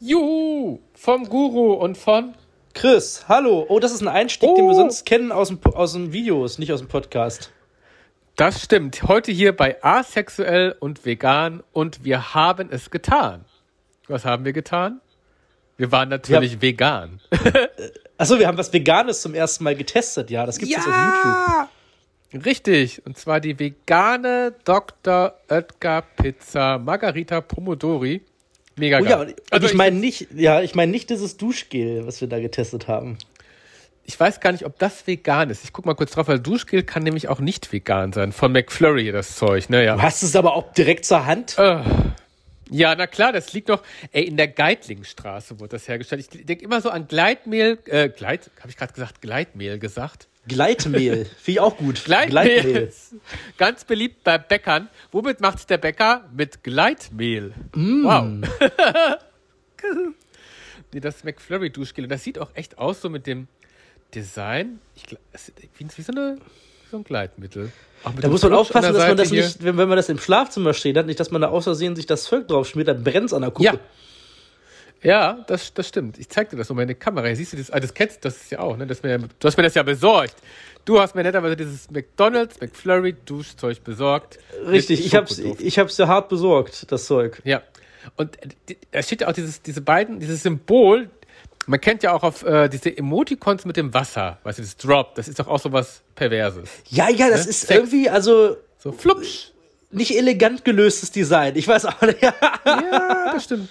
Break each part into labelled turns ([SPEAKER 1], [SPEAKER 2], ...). [SPEAKER 1] Juhu! Vom Guru und von.
[SPEAKER 2] Chris, hallo. Oh, das ist ein Einstieg, den
[SPEAKER 1] Oh.
[SPEAKER 2] wir sonst kennen aus dem, aus dem Videos, nicht aus dem Podcast.
[SPEAKER 1] Das stimmt. Heute hier bei Asexuell und Vegan und wir haben es getan. Was haben wir getan? Wir waren natürlich vegan.
[SPEAKER 2] Achso, wir haben was Veganes zum ersten Mal getestet, ja. Das gibt es auf YouTube.
[SPEAKER 1] Richtig. Und zwar die vegane Dr. Oetker Pizza Margarita Pomodori. Mega
[SPEAKER 2] Oh
[SPEAKER 1] geil.
[SPEAKER 2] ja, und
[SPEAKER 1] Also
[SPEAKER 2] ich meine nicht, ja, ich meine nicht dieses Duschgel, was wir da getestet haben.
[SPEAKER 1] ich weiß gar nicht, ob das vegan ist. Ich guck mal kurz drauf, weil Duschgel kann nämlich auch nicht vegan sein. Von McFlurry das Zeug, ne? naja.
[SPEAKER 2] Du hast es aber auch direkt zur Hand.
[SPEAKER 1] Ja, na klar, das liegt doch, ey, in der Geitlingstraße wurde das hergestellt. Ich denke immer so an Gleitmehl, äh, Gleit, habe ich gerade gesagt, Gleitmehl gesagt?
[SPEAKER 2] Gleitmehl. Finde ich auch gut.
[SPEAKER 1] Gleitmehl. Ganz beliebt bei Bäckern. Womit macht's der Bäcker? Mit Gleitmehl.
[SPEAKER 2] Mm.
[SPEAKER 1] Wow. nee, das McFlurry Duschgel, das sieht auch echt aus so mit dem Design. Ich, gl- es sieht wie, wie so eine wie so ein Gleitmittel. Auch mit
[SPEAKER 2] Da
[SPEAKER 1] dem
[SPEAKER 2] muss man
[SPEAKER 1] Flutsch an der
[SPEAKER 2] aufpassen, dass man
[SPEAKER 1] Seite
[SPEAKER 2] das
[SPEAKER 1] hier.
[SPEAKER 2] nicht, wenn, wenn man das im Schlafzimmer stehen hat, nicht, dass man da aus Versehen sich das Zeug drauf schmiert, dann brennt es an der Kuppe.
[SPEAKER 1] Ja. Ja, das, das stimmt. Ich zeig dir das um meine Kamera. Hier siehst du das, ah, das kennst das ist ja auch, ne? Das ist mir, du hast mir das ja besorgt. Du hast mir netterweise dieses McDonalds, McFlurry, Duschzeug besorgt.
[SPEAKER 2] Richtig,
[SPEAKER 1] Mit
[SPEAKER 2] ich hab's,
[SPEAKER 1] Schokoduft.
[SPEAKER 2] ich hab's ja hart besorgt, das Zeug.
[SPEAKER 1] Ja. Und äh, die- da steht ja auch dieses, diese beiden, dieses Symbol. Man kennt ja auch auf äh, diese Emoticons mit dem Wasser, weißt du, das Drop, das ist doch auch so was Perverses.
[SPEAKER 2] Ja, ja, das
[SPEAKER 1] Ne?
[SPEAKER 2] ist
[SPEAKER 1] Sex.
[SPEAKER 2] irgendwie, also
[SPEAKER 1] So flupsch.
[SPEAKER 2] nicht elegant gelöstes Design. Ich weiß auch nicht.
[SPEAKER 1] Ja, das stimmt.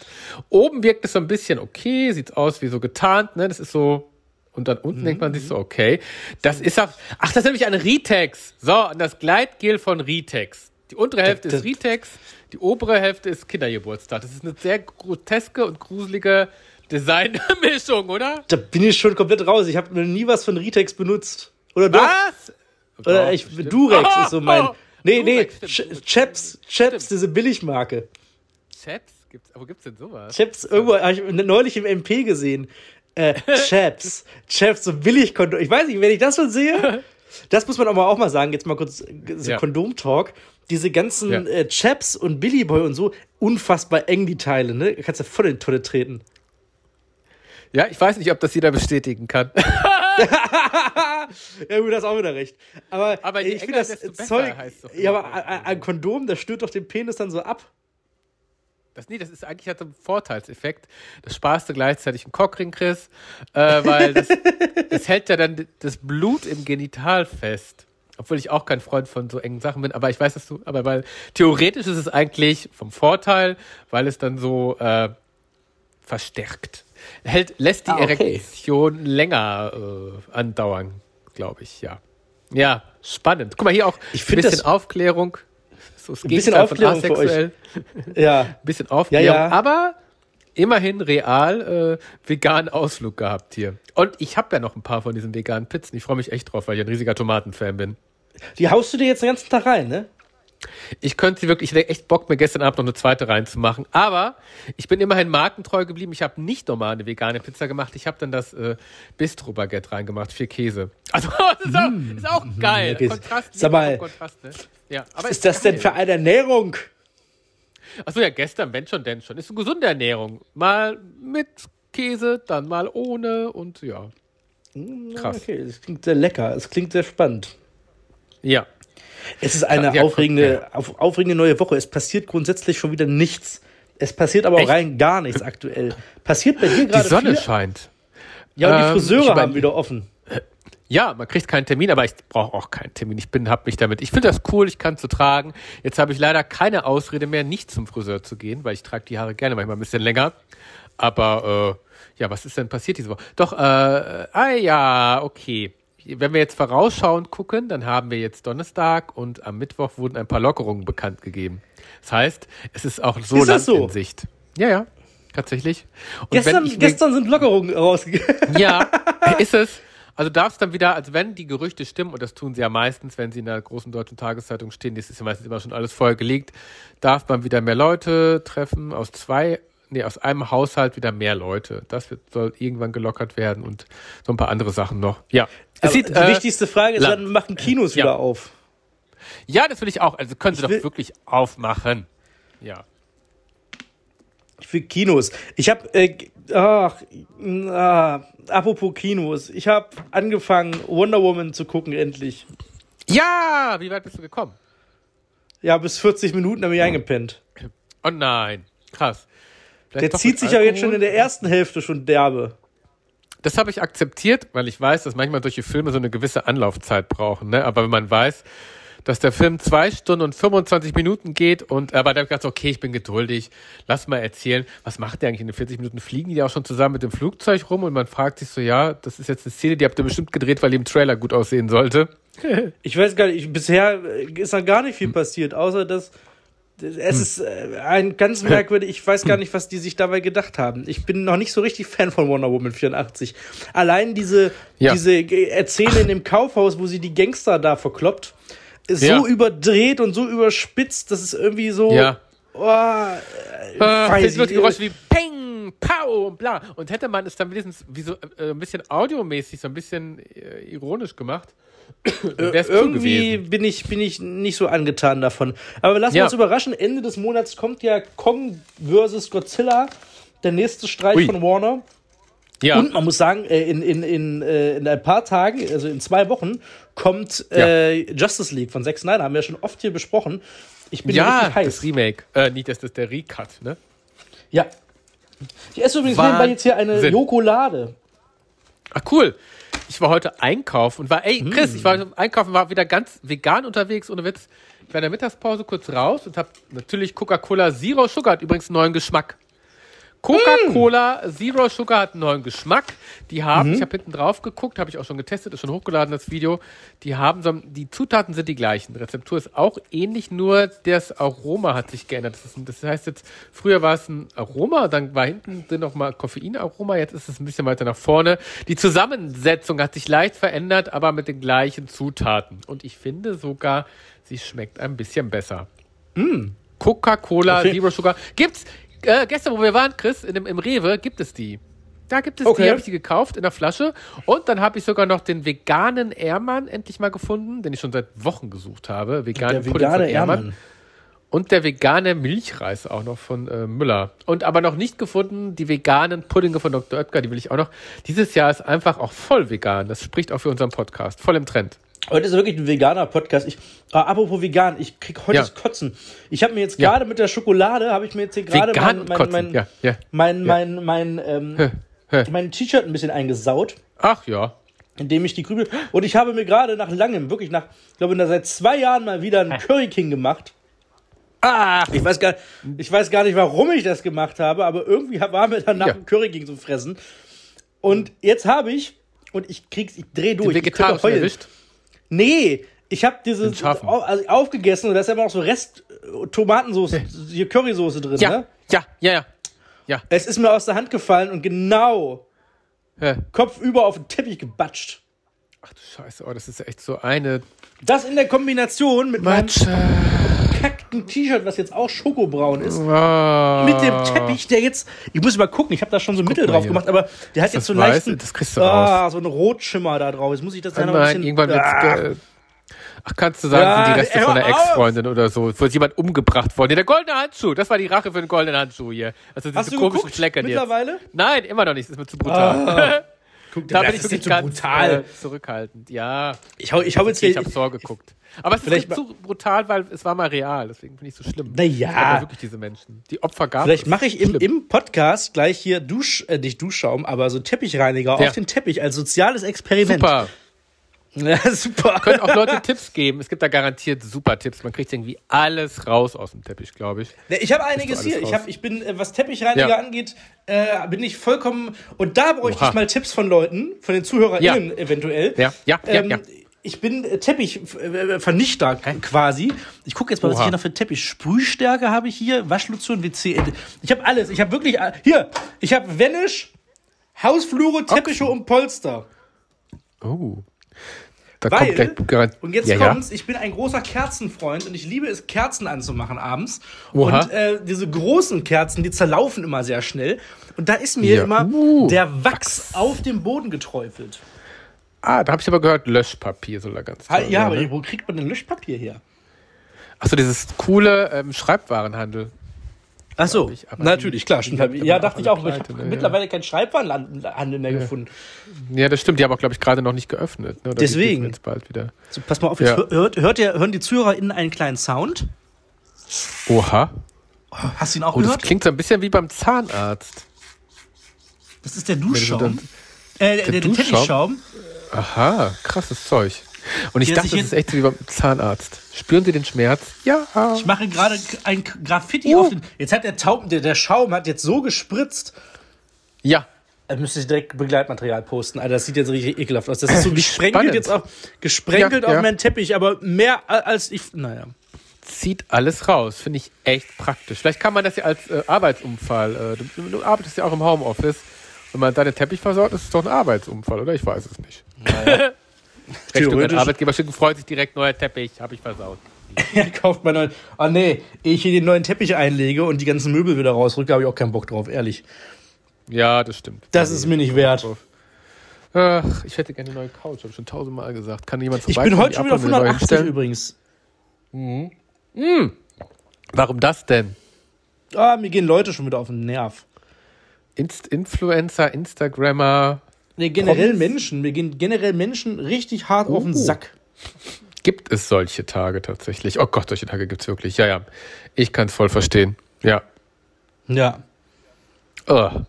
[SPEAKER 1] Oben wirkt es so ein bisschen okay, sieht aus wie so getarnt, ne? Das ist so. Und dann unten denkt man sich
[SPEAKER 2] Mhm.
[SPEAKER 1] so, okay. Das ist auch. Ach, das ist nämlich ein Ritex. So, und das Gleitgel von Ritex. Die untere Hälfte
[SPEAKER 2] Das-
[SPEAKER 1] ist Ritex, die obere Hälfte ist Kindergeburtstag. Das ist eine sehr groteske und gruselige Designmischung, oder?
[SPEAKER 2] Da bin ich schon komplett raus. Ich habe noch nie was von Ritex benutzt. Oder doch?
[SPEAKER 1] Was?
[SPEAKER 2] Oder
[SPEAKER 1] Doch,
[SPEAKER 2] ich,
[SPEAKER 1] bestimmt.
[SPEAKER 2] Durex ist so
[SPEAKER 1] Ah! Oh,
[SPEAKER 2] mein.
[SPEAKER 1] oh,
[SPEAKER 2] Nee,
[SPEAKER 1] Durex,
[SPEAKER 2] nee,
[SPEAKER 1] stimmt,
[SPEAKER 2] Ch- Chaps, Chaps, diese Billigmarke.
[SPEAKER 1] Chaps? Gibt's, wo gibt's denn sowas?
[SPEAKER 2] Chaps, irgendwo habe ich neulich im MP gesehen. Äh, Chaps, Chaps, so billig Kondom. Ich weiß nicht, wenn ich das schon sehe, das muss man aber auch mal sagen, jetzt mal kurz äh, so
[SPEAKER 1] Ja.
[SPEAKER 2] Kondom-Talk. Diese ganzen
[SPEAKER 1] Ja.
[SPEAKER 2] äh, Chaps und Billy Boy und so, unfassbar eng die Teile, ne? Kannst ja voll in die Tonne treten.
[SPEAKER 1] Ja, ich weiß nicht, ob das jeder bestätigen kann.
[SPEAKER 2] Ja, gut, hast auch wieder recht. Aber,
[SPEAKER 1] Aber
[SPEAKER 2] äh,
[SPEAKER 1] je
[SPEAKER 2] ich
[SPEAKER 1] enger,
[SPEAKER 2] finde das
[SPEAKER 1] desto besser
[SPEAKER 2] Zeug.
[SPEAKER 1] heißt doch
[SPEAKER 2] ja,
[SPEAKER 1] immer.
[SPEAKER 2] aber ein- ein Kondom, das stört doch den Penis dann so ab.
[SPEAKER 1] Das, nee, das ist eigentlich hat einen Vorteilseffekt. Das sparst du gleichzeitig einen Cockring, Chris, äh, weil das, das hält ja dann das Blut im Genital fest. Obwohl ich auch kein Freund von so engen Sachen bin, aber ich weiß, dass du, aber weil theoretisch ist es eigentlich vom Vorteil, weil es dann so äh, verstärkt. Hält, lässt die
[SPEAKER 2] Ah, okay.
[SPEAKER 1] Erektion länger äh, andauern, glaube ich, ja. Ja, spannend. Guck mal, hier auch
[SPEAKER 2] Ich
[SPEAKER 1] ein
[SPEAKER 2] find
[SPEAKER 1] bisschen
[SPEAKER 2] das-
[SPEAKER 1] Aufklärung. So das
[SPEAKER 2] Ein bisschen
[SPEAKER 1] Gegenteil von
[SPEAKER 2] Aufklärung für euch.
[SPEAKER 1] asexuell
[SPEAKER 2] Ja.
[SPEAKER 1] bisschen Aufklärung,
[SPEAKER 2] Ja, ja.
[SPEAKER 1] aber immerhin real äh, veganen Ausflug gehabt hier. Und ich habe ja noch ein paar von diesen veganen Pizzen. Ich freue mich echt drauf, weil ich ein riesiger Tomatenfan bin.
[SPEAKER 2] Die haust du dir jetzt den ganzen Tag rein, ne?
[SPEAKER 1] Ich könnte sie wirklich, ich hätte echt Bock, mir gestern Abend noch eine zweite reinzumachen. Aber ich bin immerhin markentreu geblieben. Ich habe nicht normal eine vegane Pizza gemacht. Ich habe dann das äh, Bistro-Baguette reingemacht, vier Käse. Also, das ist auch, ist auch geil.
[SPEAKER 2] Mm. okay.
[SPEAKER 1] Kontrast,
[SPEAKER 2] Sag mal,
[SPEAKER 1] liegt auf Kontrast, ne? ja, aber
[SPEAKER 2] Ist das denn
[SPEAKER 1] geil.
[SPEAKER 2] für eine Ernährung?
[SPEAKER 1] Achso, ja, gestern, wenn schon, denn schon. Ist eine gesunde Ernährung. Mal mit Käse, dann mal ohne und ja. Krass.
[SPEAKER 2] Okay, es klingt sehr lecker, es klingt sehr spannend.
[SPEAKER 1] Ja.
[SPEAKER 2] Es ist eine
[SPEAKER 1] Ja, ja,
[SPEAKER 2] aufregende, auf, aufregende neue Woche. Es passiert grundsätzlich schon wieder nichts. Es passiert aber auch
[SPEAKER 1] Echt?
[SPEAKER 2] rein gar nichts aktuell. Passiert bei dir
[SPEAKER 1] Die
[SPEAKER 2] gerade
[SPEAKER 1] Sonne
[SPEAKER 2] viel?
[SPEAKER 1] scheint.
[SPEAKER 2] Ja, und die
[SPEAKER 1] Ähm, ich
[SPEAKER 2] Friseure
[SPEAKER 1] überle-
[SPEAKER 2] haben wieder offen.
[SPEAKER 1] Ja, man kriegt keinen Termin, aber ich brauche auch keinen Termin. Ich bin, hab mich damit. Ich finde das cool, ich kann es so tragen. Jetzt habe ich leider keine Ausrede mehr, nicht zum Friseur zu gehen, weil ich trage die Haare gerne manchmal ein bisschen länger. Aber äh, ja, was ist denn passiert diese Woche? Doch, äh, ah ja, okay. Wenn wir jetzt vorausschauend gucken, dann haben wir jetzt Donnerstag und am Mittwoch wurden ein paar Lockerungen bekannt gegeben. Das heißt, es ist auch so
[SPEAKER 2] Ist
[SPEAKER 1] lang
[SPEAKER 2] das so?
[SPEAKER 1] in Sicht. Ja, ja, tatsächlich. Und
[SPEAKER 2] Gestern,
[SPEAKER 1] ich mir-
[SPEAKER 2] gestern sind Lockerungen rausgegangen.
[SPEAKER 1] ja, ist es. Also darfst dann wieder, als wenn die Gerüchte stimmen, und das tun sie ja meistens, wenn sie in der großen deutschen Tageszeitung stehen, das ist ja meistens immer schon alles vorher gelegt, darf man wieder mehr Leute treffen, aus zwei, nee, aus einem Haushalt wieder mehr Leute. Das wird, soll irgendwann gelockert werden und so ein paar andere Sachen noch. Ja. Es sieht,
[SPEAKER 2] die
[SPEAKER 1] äh,
[SPEAKER 2] wichtigste Frage ist,
[SPEAKER 1] Land.
[SPEAKER 2] wann machen Kinos
[SPEAKER 1] Ja.
[SPEAKER 2] wieder auf?
[SPEAKER 1] ja, das will ich auch. Also können sie doch
[SPEAKER 2] will-
[SPEAKER 1] wirklich aufmachen. Ja.
[SPEAKER 2] Für Kinos. Ich habe, äh, ach, ah, apropos Kinos. Ich habe angefangen, Wonder Woman zu gucken, endlich.
[SPEAKER 1] Ja, wie weit bist du gekommen?
[SPEAKER 2] Ja, bis 40 Minuten habe ich eingepennt.
[SPEAKER 1] Oh nein, krass. Vielleicht
[SPEAKER 2] Der
[SPEAKER 1] doch
[SPEAKER 2] zieht
[SPEAKER 1] mit
[SPEAKER 2] sich ja jetzt
[SPEAKER 1] Alkohol?
[SPEAKER 2] schon in der ersten Hälfte schon derbe.
[SPEAKER 1] Das habe ich akzeptiert, weil ich weiß, dass manchmal solche Filme so eine gewisse Anlaufzeit brauchen. Ne? Aber wenn man weiß, dass der Film zwei Stunden und 25 Minuten geht und aber dann ganz okay, ich bin geduldig, lass mal erzählen, was macht der eigentlich in den 40 Minuten? Fliegen die ja auch schon zusammen mit dem Flugzeug rum und man fragt sich so, ja, das ist jetzt eine Szene, die habt ihr bestimmt gedreht, weil die im Trailer gut aussehen sollte.
[SPEAKER 2] Ich weiß gar nicht, ich, bisher äh, ist da gar nicht
[SPEAKER 1] Hm.
[SPEAKER 2] viel passiert, außer dass es ist äh, ein ganz merkwürdig, ich weiß gar nicht, was die sich dabei gedacht haben. Ich bin noch nicht so richtig Fan von Wonder Woman 84. Allein diese,
[SPEAKER 1] Ja.
[SPEAKER 2] diese äh, Erzählung in dem Kaufhaus, wo sie die Gangster da verkloppt, ist so
[SPEAKER 1] Ja.
[SPEAKER 2] überdreht und so überspitzt, dass es irgendwie so.
[SPEAKER 1] Ja.
[SPEAKER 2] Oh, äh,
[SPEAKER 1] Ah,
[SPEAKER 2] weiß
[SPEAKER 1] es wird
[SPEAKER 2] ich-
[SPEAKER 1] Geräusche wie Peng, Pow und bla. Und hätte man es dann wenigstens wie so äh, ein bisschen audiomäßig, so ein bisschen äh, ironisch gemacht, wäre es cool
[SPEAKER 2] Äh, irgendwie
[SPEAKER 1] gewesen.
[SPEAKER 2] bin ich, bin ich nicht so angetan davon. Aber lassen wir
[SPEAKER 1] Ja.
[SPEAKER 2] uns überraschen, Ende des Monats kommt ja Kong vs. Godzilla, der nächste Streit
[SPEAKER 1] Ui.
[SPEAKER 2] von Warner.
[SPEAKER 1] Ja.
[SPEAKER 2] Und man muss sagen, äh, in, in, in, äh, in ein paar Tagen, also in zwei Wochen, kommt äh, Justice League von Zack Snyder, haben wir ja schon oft hier besprochen. Ich bin
[SPEAKER 1] ja,
[SPEAKER 2] richtig heiß.
[SPEAKER 1] das Remake. Äh, nicht, das ist der Recut, ne?
[SPEAKER 2] Ja. Ich esse übrigens
[SPEAKER 1] Wahnsinn.
[SPEAKER 2] nebenbei jetzt hier eine Jokolade.
[SPEAKER 1] Ach, Ah, cool. Ich war heute einkaufen und war, ey, Chris,
[SPEAKER 2] Hm.
[SPEAKER 1] ich war heute einkaufen, war wieder ganz vegan unterwegs, ohne Witz. Ich war in der Mittagspause kurz raus und habe natürlich Coca-Cola Zero Sugar, hat übrigens einen neuen Geschmack. Coca-Cola Zero Sugar hat einen neuen Geschmack. Die haben, ich habe hinten drauf geguckt, habe ich auch schon getestet, ist schon hochgeladen, das Video. Die haben, so, die Zutaten sind die gleichen. Die Rezeptur ist auch ähnlich, nur das Aroma hat sich geändert. Das, ist, ein- das heißt jetzt, früher war es ein Aroma, dann war hinten drin nochmal Koffeinaroma, jetzt ist es ein bisschen weiter nach vorne. Die Zusammensetzung hat sich leicht verändert, aber mit den gleichen Zutaten. Und ich finde sogar, sie schmeckt ein bisschen besser. Coca-Cola,
[SPEAKER 2] Okay.
[SPEAKER 1] Zero Sugar. Gibt's, äh, gestern, wo wir waren, Chris, in dem, im Rewe, gibt es die. Da gibt es
[SPEAKER 2] Okay.
[SPEAKER 1] die, habe ich die gekauft in der Flasche. Und dann habe ich sogar noch den veganen Ehrmann endlich mal gefunden, den ich schon seit Wochen gesucht habe. Veganen
[SPEAKER 2] Der
[SPEAKER 1] Pudding von
[SPEAKER 2] vegane Ehrmann.
[SPEAKER 1] Und der vegane Milchreis auch noch von äh, Müller. Und aber noch nicht gefunden, die veganen Puddinge von Dr. Oetker, die will ich auch noch. Dieses Jahr ist einfach auch voll vegan. Das spricht auch für unseren Podcast. Voll im Trend.
[SPEAKER 2] Heute ist wirklich ein veganer Podcast. Ich, ah, apropos vegan, ich krieg heute
[SPEAKER 1] Ja.
[SPEAKER 2] das Kotzen. Ich habe mir jetzt
[SPEAKER 1] Ja.
[SPEAKER 2] gerade mit der Schokolade, habe ich mir jetzt hier gerade
[SPEAKER 1] Vegan
[SPEAKER 2] mein,
[SPEAKER 1] und
[SPEAKER 2] mein,
[SPEAKER 1] kotzen.
[SPEAKER 2] mein,
[SPEAKER 1] Ja, ja,
[SPEAKER 2] mein,
[SPEAKER 1] ja.
[SPEAKER 2] mein, mein, ähm,
[SPEAKER 1] Hä, hä.
[SPEAKER 2] mein T-Shirt ein bisschen eingesaut,
[SPEAKER 1] Ach ja.
[SPEAKER 2] indem ich die Krübel. Und ich habe mir gerade nach langem, wirklich nach, ich glaube, nach- seit zwei Jahren mal wieder einen Curry King gemacht.
[SPEAKER 1] Ach,
[SPEAKER 2] Ich weiß, gar, ich weiß gar nicht, warum ich das gemacht habe, aber irgendwie war mir danach
[SPEAKER 1] Ja.
[SPEAKER 2] ein Curry King zu fressen. Und jetzt habe ich, und ich krieg's, ich dreh durch. Ich könnte
[SPEAKER 1] vegetarisch
[SPEAKER 2] heulen.
[SPEAKER 1] erwischt.
[SPEAKER 2] Nee, ich habe dieses
[SPEAKER 1] scharfen.
[SPEAKER 2] au- also aufgegessen und da ist ja immer noch so Rest äh, Tomatensoße, hier Currysoße drin,
[SPEAKER 1] Ja,
[SPEAKER 2] ne?
[SPEAKER 1] ja, ja, ja.
[SPEAKER 2] Es ist mir aus der Hand gefallen und genau
[SPEAKER 1] Hä.
[SPEAKER 2] kopfüber auf den Teppich gebatscht.
[SPEAKER 1] Ach du Scheiße, oh, das ist echt so eine
[SPEAKER 2] Das in der Kombination mit
[SPEAKER 1] Matsche.
[SPEAKER 2] meinem kackten T-Shirt, was jetzt auch schokobraun ist,
[SPEAKER 1] Oh.
[SPEAKER 2] mit dem Teppich, der jetzt, ich muss mal gucken, ich habe da schon so Mittel
[SPEAKER 1] mal
[SPEAKER 2] drauf
[SPEAKER 1] hier.
[SPEAKER 2] gemacht, aber der hat jetzt
[SPEAKER 1] das
[SPEAKER 2] so einen
[SPEAKER 1] weiß?
[SPEAKER 2] leichten,
[SPEAKER 1] Das kriegst du
[SPEAKER 2] ah, so einen Rotschimmer da drauf. Jetzt muss ich das dann noch ein
[SPEAKER 1] Nein,
[SPEAKER 2] bisschen,
[SPEAKER 1] irgendwann wird's.
[SPEAKER 2] ah,
[SPEAKER 1] Äh, ach, kannst du sagen,
[SPEAKER 2] Ja,
[SPEAKER 1] sind die Reste
[SPEAKER 2] hör
[SPEAKER 1] von der
[SPEAKER 2] auf!
[SPEAKER 1] Ex-Freundin oder so? Es Wurde jemand umgebracht worden? Ja, der goldene Handschuh, das war die Rache für den goldenen Handschuh hier. Also diese
[SPEAKER 2] Hast du
[SPEAKER 1] komischen
[SPEAKER 2] geguckt
[SPEAKER 1] Flecken jetzt.
[SPEAKER 2] mittlerweile?
[SPEAKER 1] Nein, immer noch nicht, das ist mir zu brutal.
[SPEAKER 2] guck,
[SPEAKER 1] da
[SPEAKER 2] das
[SPEAKER 1] bin ich
[SPEAKER 2] ist
[SPEAKER 1] wirklich
[SPEAKER 2] jetzt so
[SPEAKER 1] ganz
[SPEAKER 2] brutal.
[SPEAKER 1] Äh, zurückhaltend. Ja,
[SPEAKER 2] ich hau, ich hau jetzt
[SPEAKER 1] okay,
[SPEAKER 2] hier,
[SPEAKER 1] ich habe Saw geguckt. Aber es ist
[SPEAKER 2] Vielleicht
[SPEAKER 1] nicht zu brutal, weil es war mal real, deswegen finde ich es so schlimm.
[SPEAKER 2] Na ja.
[SPEAKER 1] Es gab wirklich diese Menschen. Die Opfer gab
[SPEAKER 2] Vielleicht
[SPEAKER 1] es.
[SPEAKER 2] mache ich im,
[SPEAKER 1] Schlimm.
[SPEAKER 2] im Podcast gleich hier Dusch, äh, nicht Duschschaum, aber so Teppichreiniger
[SPEAKER 1] Ja.
[SPEAKER 2] auf den Teppich als soziales Experiment.
[SPEAKER 1] Super.
[SPEAKER 2] Ja, super.
[SPEAKER 1] können auch Leute Tipps geben. Es gibt da garantiert super Tipps. Man kriegt irgendwie alles raus aus dem Teppich, glaube ich.
[SPEAKER 2] Ne, Ich habe einiges
[SPEAKER 1] Kriegst du
[SPEAKER 2] hier.
[SPEAKER 1] alles
[SPEAKER 2] Ich,
[SPEAKER 1] raus.
[SPEAKER 2] hab, ich bin, äh, was Teppichreiniger
[SPEAKER 1] Ja.
[SPEAKER 2] angeht, äh, bin ich vollkommen. Und da bräuchte
[SPEAKER 1] Oha.
[SPEAKER 2] ich mal Tipps von Leuten, von den ZuhörerInnen eventuell.
[SPEAKER 1] Ja, ja, ja,
[SPEAKER 2] ähm,
[SPEAKER 1] ja.
[SPEAKER 2] Ich bin äh, Teppichvernichter quasi. Ich gucke jetzt mal, was ich
[SPEAKER 1] Oha.
[SPEAKER 2] hier noch für Teppichsprühstärke habe ich hier. Waschlotion, WC. Ich habe alles. Ich habe wirklich. a- Hier, ich habe Vanish, Hausflure, Teppiche und Polster.
[SPEAKER 1] Oh. Da
[SPEAKER 2] Weil,
[SPEAKER 1] kommt gleich gar-
[SPEAKER 2] und jetzt
[SPEAKER 1] ja,
[SPEAKER 2] kommt's, ich bin ein großer Kerzenfreund und ich liebe es, Kerzen anzumachen abends.
[SPEAKER 1] Oha.
[SPEAKER 2] Und äh, diese großen Kerzen, die zerlaufen immer sehr schnell. Und da ist mir
[SPEAKER 1] Ja.
[SPEAKER 2] immer
[SPEAKER 1] Uh,
[SPEAKER 2] der Wachs, auf dem Boden geträufelt.
[SPEAKER 1] Ja. Ah, da habe ich aber gehört, Löschpapier soll da ganz
[SPEAKER 2] Ha,
[SPEAKER 1] toll
[SPEAKER 2] ja,
[SPEAKER 1] sein,
[SPEAKER 2] aber
[SPEAKER 1] ne?
[SPEAKER 2] wo kriegt man denn Löschpapier her?
[SPEAKER 1] Ach so, dieses coole ähm, Schreibwarenhandel.
[SPEAKER 2] Ach so,
[SPEAKER 1] glaub ich, aber
[SPEAKER 2] natürlich,
[SPEAKER 1] die-
[SPEAKER 2] klar.
[SPEAKER 1] die
[SPEAKER 2] Stimmt,
[SPEAKER 1] haben
[SPEAKER 2] hab, ja,
[SPEAKER 1] aber
[SPEAKER 2] dachte
[SPEAKER 1] auch
[SPEAKER 2] ich
[SPEAKER 1] alle
[SPEAKER 2] auch. aber Ich
[SPEAKER 1] pleite,
[SPEAKER 2] habe
[SPEAKER 1] ne,
[SPEAKER 2] mittlerweile keinen Schreibwarenhandel mehr gefunden.
[SPEAKER 1] Ja, das stimmt. Die haben auch, glaube ich, gerade noch nicht geöffnet. Ne? Oder die dürfen
[SPEAKER 2] Deswegen.
[SPEAKER 1] Jetzt bald wieder.
[SPEAKER 2] So, pass mal auf,
[SPEAKER 1] Ja.
[SPEAKER 2] jetzt hört, hört ihr, hören die ZuhörerInnen einen kleinen Sound?
[SPEAKER 1] Oha.
[SPEAKER 2] Hast du ihn auch
[SPEAKER 1] Oh, das
[SPEAKER 2] gehört?
[SPEAKER 1] klingt so ein bisschen wie beim Zahnarzt.
[SPEAKER 2] Das ist der
[SPEAKER 1] Wenn
[SPEAKER 2] Duschschaum.
[SPEAKER 1] du
[SPEAKER 2] Äh, der, der,
[SPEAKER 1] Duschschaum?
[SPEAKER 2] Tennisschaum.
[SPEAKER 1] Aha, krasses Zeug. Und ich
[SPEAKER 2] Der
[SPEAKER 1] dachte,
[SPEAKER 2] sich
[SPEAKER 1] das ist
[SPEAKER 2] hin-
[SPEAKER 1] echt so wie beim Zahnarzt. Spüren Sie den Schmerz? Ja.
[SPEAKER 2] Ich mache gerade ein Graffiti
[SPEAKER 1] Oh.
[SPEAKER 2] auf den. Jetzt hat der Taub, der, der Schaum hat jetzt so gespritzt.
[SPEAKER 1] Ja.
[SPEAKER 2] Da müsste ich direkt Begleitmaterial posten. Alter, das sieht jetzt richtig ekelhaft aus. Das ist so gesprenkelt
[SPEAKER 1] Spannend.
[SPEAKER 2] jetzt auch gesprenkelt
[SPEAKER 1] Ja,
[SPEAKER 2] auf
[SPEAKER 1] ja.
[SPEAKER 2] meinen Teppich, aber mehr a- als ich. Naja.
[SPEAKER 1] Zieht alles raus. Finde ich echt praktisch. Vielleicht kann man das ja als äh, Arbeitsunfall. Äh, du, du arbeitest ja auch im Homeoffice. Wenn man deinen Teppich versaut, ist es doch ein Arbeitsunfall, oder? Ich weiß es nicht. Rechnung an
[SPEAKER 2] Theoretisch.
[SPEAKER 1] Arbeitgeber schicken, freut sich direkt, neuer Teppich, habe ich versaut.
[SPEAKER 2] Ja, kauft man neuen. Oh nee, ehe ich hier den neuen Teppich einlege und die ganzen Möbel wieder rausrücke, habe ich auch keinen Bock drauf, ehrlich.
[SPEAKER 1] Ja, das stimmt.
[SPEAKER 2] Das ist mir nicht wert.
[SPEAKER 1] Ach, ich hätte gerne eine neue Couch, habe ich schon tausendmal gesagt. Kann jemand
[SPEAKER 2] Ich bin
[SPEAKER 1] vorbeikommen,
[SPEAKER 2] heute
[SPEAKER 1] die
[SPEAKER 2] schon wieder auf
[SPEAKER 1] abholen, mir eine neue
[SPEAKER 2] 180
[SPEAKER 1] hinstellen?
[SPEAKER 2] übrigens.
[SPEAKER 1] Warum das denn?
[SPEAKER 2] Ah, mir gehen Leute schon wieder auf den Nerv.
[SPEAKER 1] Inst Influencer, Instagrammer.
[SPEAKER 2] Nee, generell
[SPEAKER 1] Promis?
[SPEAKER 2] Menschen. Mir gehen generell Menschen richtig hart auf den
[SPEAKER 1] Oh.
[SPEAKER 2] Sack.
[SPEAKER 1] Gibt es solche Tage tatsächlich? Oh Gott, solche Tage gibt es wirklich. Ja, ja. Ich kann es voll verstehen. Ja.
[SPEAKER 2] Ja.
[SPEAKER 1] Ugh.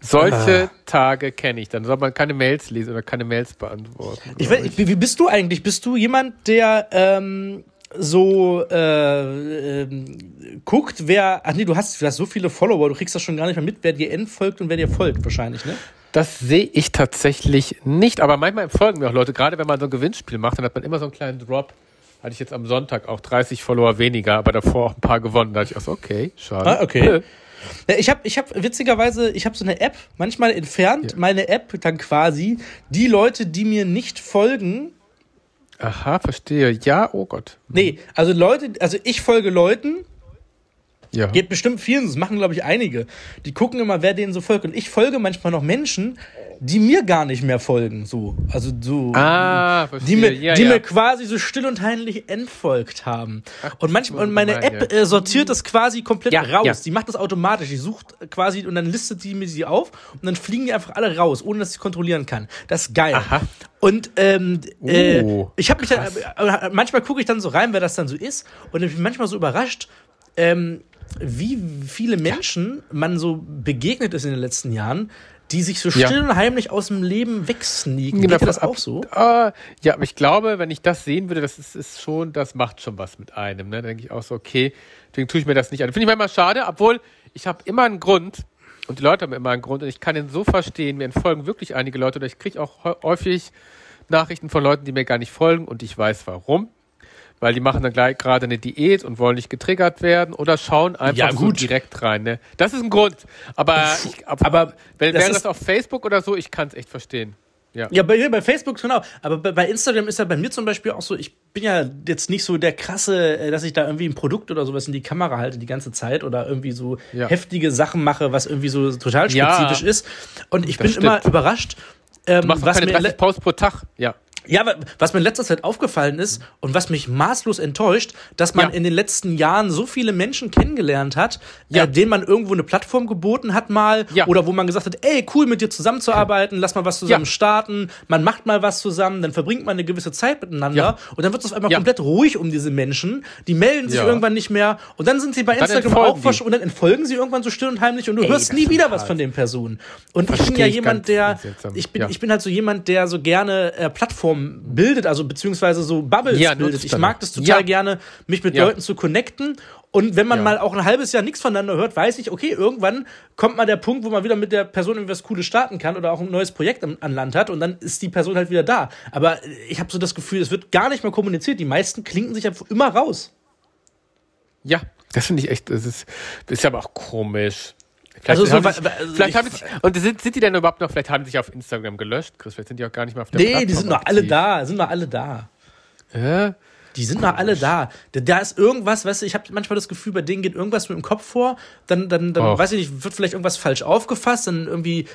[SPEAKER 1] Solche Tage kenne ich. Dann soll man keine Mails lesen oder keine Mails beantworten.
[SPEAKER 2] Ich weiß, wie wie bist du eigentlich? Bist du jemand, der ähm, so äh, ähm, guckt, wer. Ach nee, du hast, du hast so viele Follower, du kriegst das schon gar nicht mehr mit, wer dir entfolgt und wer dir folgt, wahrscheinlich, ne?
[SPEAKER 1] Das sehe ich tatsächlich nicht, aber manchmal folgen mir auch Leute, gerade wenn man so ein Gewinnspiel macht, dann hat man immer so einen kleinen Drop. Hatte ich jetzt am Sonntag auch 30 Follower weniger, aber davor auch ein paar gewonnen. Da dachte ich auch so, okay, schade.
[SPEAKER 2] Ah, okay. Ja, Ich habe, ich hab, witzigerweise, ich habe so eine App, manchmal entfernt
[SPEAKER 1] Ja.
[SPEAKER 2] meine App dann quasi die Leute, die mir nicht folgen.
[SPEAKER 1] Aha, verstehe. Ja, oh Gott.
[SPEAKER 2] Nee, also Leute, also ich folge Leuten,
[SPEAKER 1] Ja.
[SPEAKER 2] geht bestimmt vielen, das machen glaube ich einige. Die gucken immer, wer denen so folgt. Und ich folge manchmal noch Menschen, die mir gar nicht mehr folgen, so. Also so.
[SPEAKER 1] ah, verstehe.
[SPEAKER 2] Die mir,
[SPEAKER 1] ja,
[SPEAKER 2] die
[SPEAKER 1] ja.
[SPEAKER 2] mir quasi so still und heimlich entfolgt haben. und manchmal, und meine
[SPEAKER 1] gemein,
[SPEAKER 2] App äh, sortiert das quasi komplett
[SPEAKER 1] oh Ja,
[SPEAKER 2] raus.
[SPEAKER 1] ja.
[SPEAKER 2] Die macht das automatisch. Die sucht quasi und dann listet die mir sie auf und dann fliegen die einfach alle raus, ohne dass ich kontrollieren kann. Das ist geil.
[SPEAKER 1] Aha.
[SPEAKER 2] Und ähm, äh,
[SPEAKER 1] Oh,
[SPEAKER 2] ich habe mich dann,
[SPEAKER 1] krass.
[SPEAKER 2] äh, äh, manchmal gucke ich dann so rein, wer das dann so ist, und ich bin manchmal so überrascht, ähm, wie viele Menschen man so begegnet ist in den letzten Jahren, die sich so still
[SPEAKER 1] Ja.
[SPEAKER 2] und heimlich aus dem Leben wegsneaken. Geht
[SPEAKER 1] Ging davon
[SPEAKER 2] dir das
[SPEAKER 1] Genau, ab-
[SPEAKER 2] auch so?
[SPEAKER 1] Ah, ja, aber ich glaube, wenn ich das sehen würde, das ist, ist schon, das macht schon was mit einem. Ne? Da denke ich auch so, okay, deswegen tue ich mir das nicht an. Finde ich manchmal schade, obwohl ich habe immer einen Grund und die Leute haben immer einen Grund und ich kann den so verstehen. Mir entfolgen wirklich einige Leute oder ich kriege auch hä- häufig Nachrichten von Leuten, die mir gar nicht folgen und ich weiß warum. Weil die machen dann gleich gerade eine Diät und wollen nicht getriggert werden oder schauen einfach
[SPEAKER 2] Ja, gut.
[SPEAKER 1] so direkt rein. Ne? Das ist ein Grund. Aber, ich, ab,
[SPEAKER 2] aber
[SPEAKER 1] wenn,
[SPEAKER 2] das
[SPEAKER 1] wäre
[SPEAKER 2] ist-
[SPEAKER 1] das auf Facebook oder so, ich kann es echt verstehen. Ja.
[SPEAKER 2] Ja, bei, bei Facebook genau. Aber bei, bei Instagram ist ja bei mir zum Beispiel auch so, ich bin ja jetzt nicht so der krasse, äh, dass ich da irgendwie ein Produkt oder sowas in die Kamera halte die ganze Zeit oder irgendwie so
[SPEAKER 1] Ja.
[SPEAKER 2] heftige Sachen mache, was irgendwie so total
[SPEAKER 1] Ja.
[SPEAKER 2] spezifisch ist. Und ich bin
[SPEAKER 1] stimmt.
[SPEAKER 2] immer überrascht. Ähm,
[SPEAKER 1] machst
[SPEAKER 2] was,
[SPEAKER 1] keine
[SPEAKER 2] mir in le-
[SPEAKER 1] 30 Posts pro Tag. Ja.
[SPEAKER 2] ja, wa- was mir in letzter Zeit aufgefallen ist und was mich maßlos enttäuscht, dass man
[SPEAKER 1] Ja.
[SPEAKER 2] in den letzten Jahren so viele Menschen kennengelernt hat,
[SPEAKER 1] Ja.
[SPEAKER 2] äh, denen man irgendwo eine Plattform geboten hat mal
[SPEAKER 1] Ja.
[SPEAKER 2] oder wo man gesagt hat, ey, cool mit dir zusammenzuarbeiten, lass mal was zusammen
[SPEAKER 1] Ja.
[SPEAKER 2] starten, man macht mal was zusammen, dann verbringt man eine gewisse Zeit miteinander
[SPEAKER 1] Ja.
[SPEAKER 2] und dann wird es auf einmal
[SPEAKER 1] Ja.
[SPEAKER 2] komplett ruhig um diese Menschen, die melden sich
[SPEAKER 1] Ja.
[SPEAKER 2] irgendwann nicht mehr und dann sind sie bei
[SPEAKER 1] Dann
[SPEAKER 2] Instagram
[SPEAKER 1] entfolgen
[SPEAKER 2] auch versch-
[SPEAKER 1] die.
[SPEAKER 2] und dann entfolgen sie irgendwann so still und heimlich und du hörst
[SPEAKER 1] das
[SPEAKER 2] nie
[SPEAKER 1] ist
[SPEAKER 2] wieder
[SPEAKER 1] total.
[SPEAKER 2] was von den Personen. Und ich bin
[SPEAKER 1] Versteh
[SPEAKER 2] ja
[SPEAKER 1] ich
[SPEAKER 2] jemand,
[SPEAKER 1] ganz
[SPEAKER 2] der
[SPEAKER 1] seltsam.
[SPEAKER 2] ich bin
[SPEAKER 1] Ja.
[SPEAKER 2] ich bin halt so jemand, der so gerne äh, Plattformen bildet, also beziehungsweise so Bubbles
[SPEAKER 1] Ja,
[SPEAKER 2] bildet.
[SPEAKER 1] nutzt
[SPEAKER 2] Ich
[SPEAKER 1] dann.
[SPEAKER 2] mag das total
[SPEAKER 1] Ja.
[SPEAKER 2] gerne, mich mit
[SPEAKER 1] Ja.
[SPEAKER 2] Leuten zu connecten. Und wenn man
[SPEAKER 1] Ja.
[SPEAKER 2] mal auch ein halbes Jahr nichts voneinander hört, weiß ich, okay, irgendwann kommt mal der Punkt, wo man wieder mit der Person irgendwie was Cooles starten kann oder auch ein neues Projekt am- an Land hat und dann ist die Person halt wieder da. Aber äh, ich habe so das Gefühl, es wird gar nicht mehr kommuniziert. Die meisten klinken sich einfach immer raus.
[SPEAKER 1] Ja. Das finde ich echt, das ist, das ist aber auch komisch. Vielleicht,
[SPEAKER 2] Also so
[SPEAKER 1] haben
[SPEAKER 2] wa-
[SPEAKER 1] sich,
[SPEAKER 2] wa- also
[SPEAKER 1] vielleicht
[SPEAKER 2] ich-
[SPEAKER 1] haben sich, und sind, sind die denn überhaupt noch, vielleicht haben die sich auf Instagram gelöscht, Chris, vielleicht sind die auch gar nicht mehr auf der
[SPEAKER 2] Nee,
[SPEAKER 1] Plattform
[SPEAKER 2] die sind noch alle da, sind noch alle da.
[SPEAKER 1] da. Äh?
[SPEAKER 2] Die sind noch alle da. Da, da ist irgendwas, weißt du, ich habe manchmal das Gefühl, bei denen geht irgendwas mit dem Kopf vor, dann, dann, dann
[SPEAKER 1] Och.
[SPEAKER 2] weiß ich nicht, wird vielleicht irgendwas falsch aufgefasst, dann irgendwie,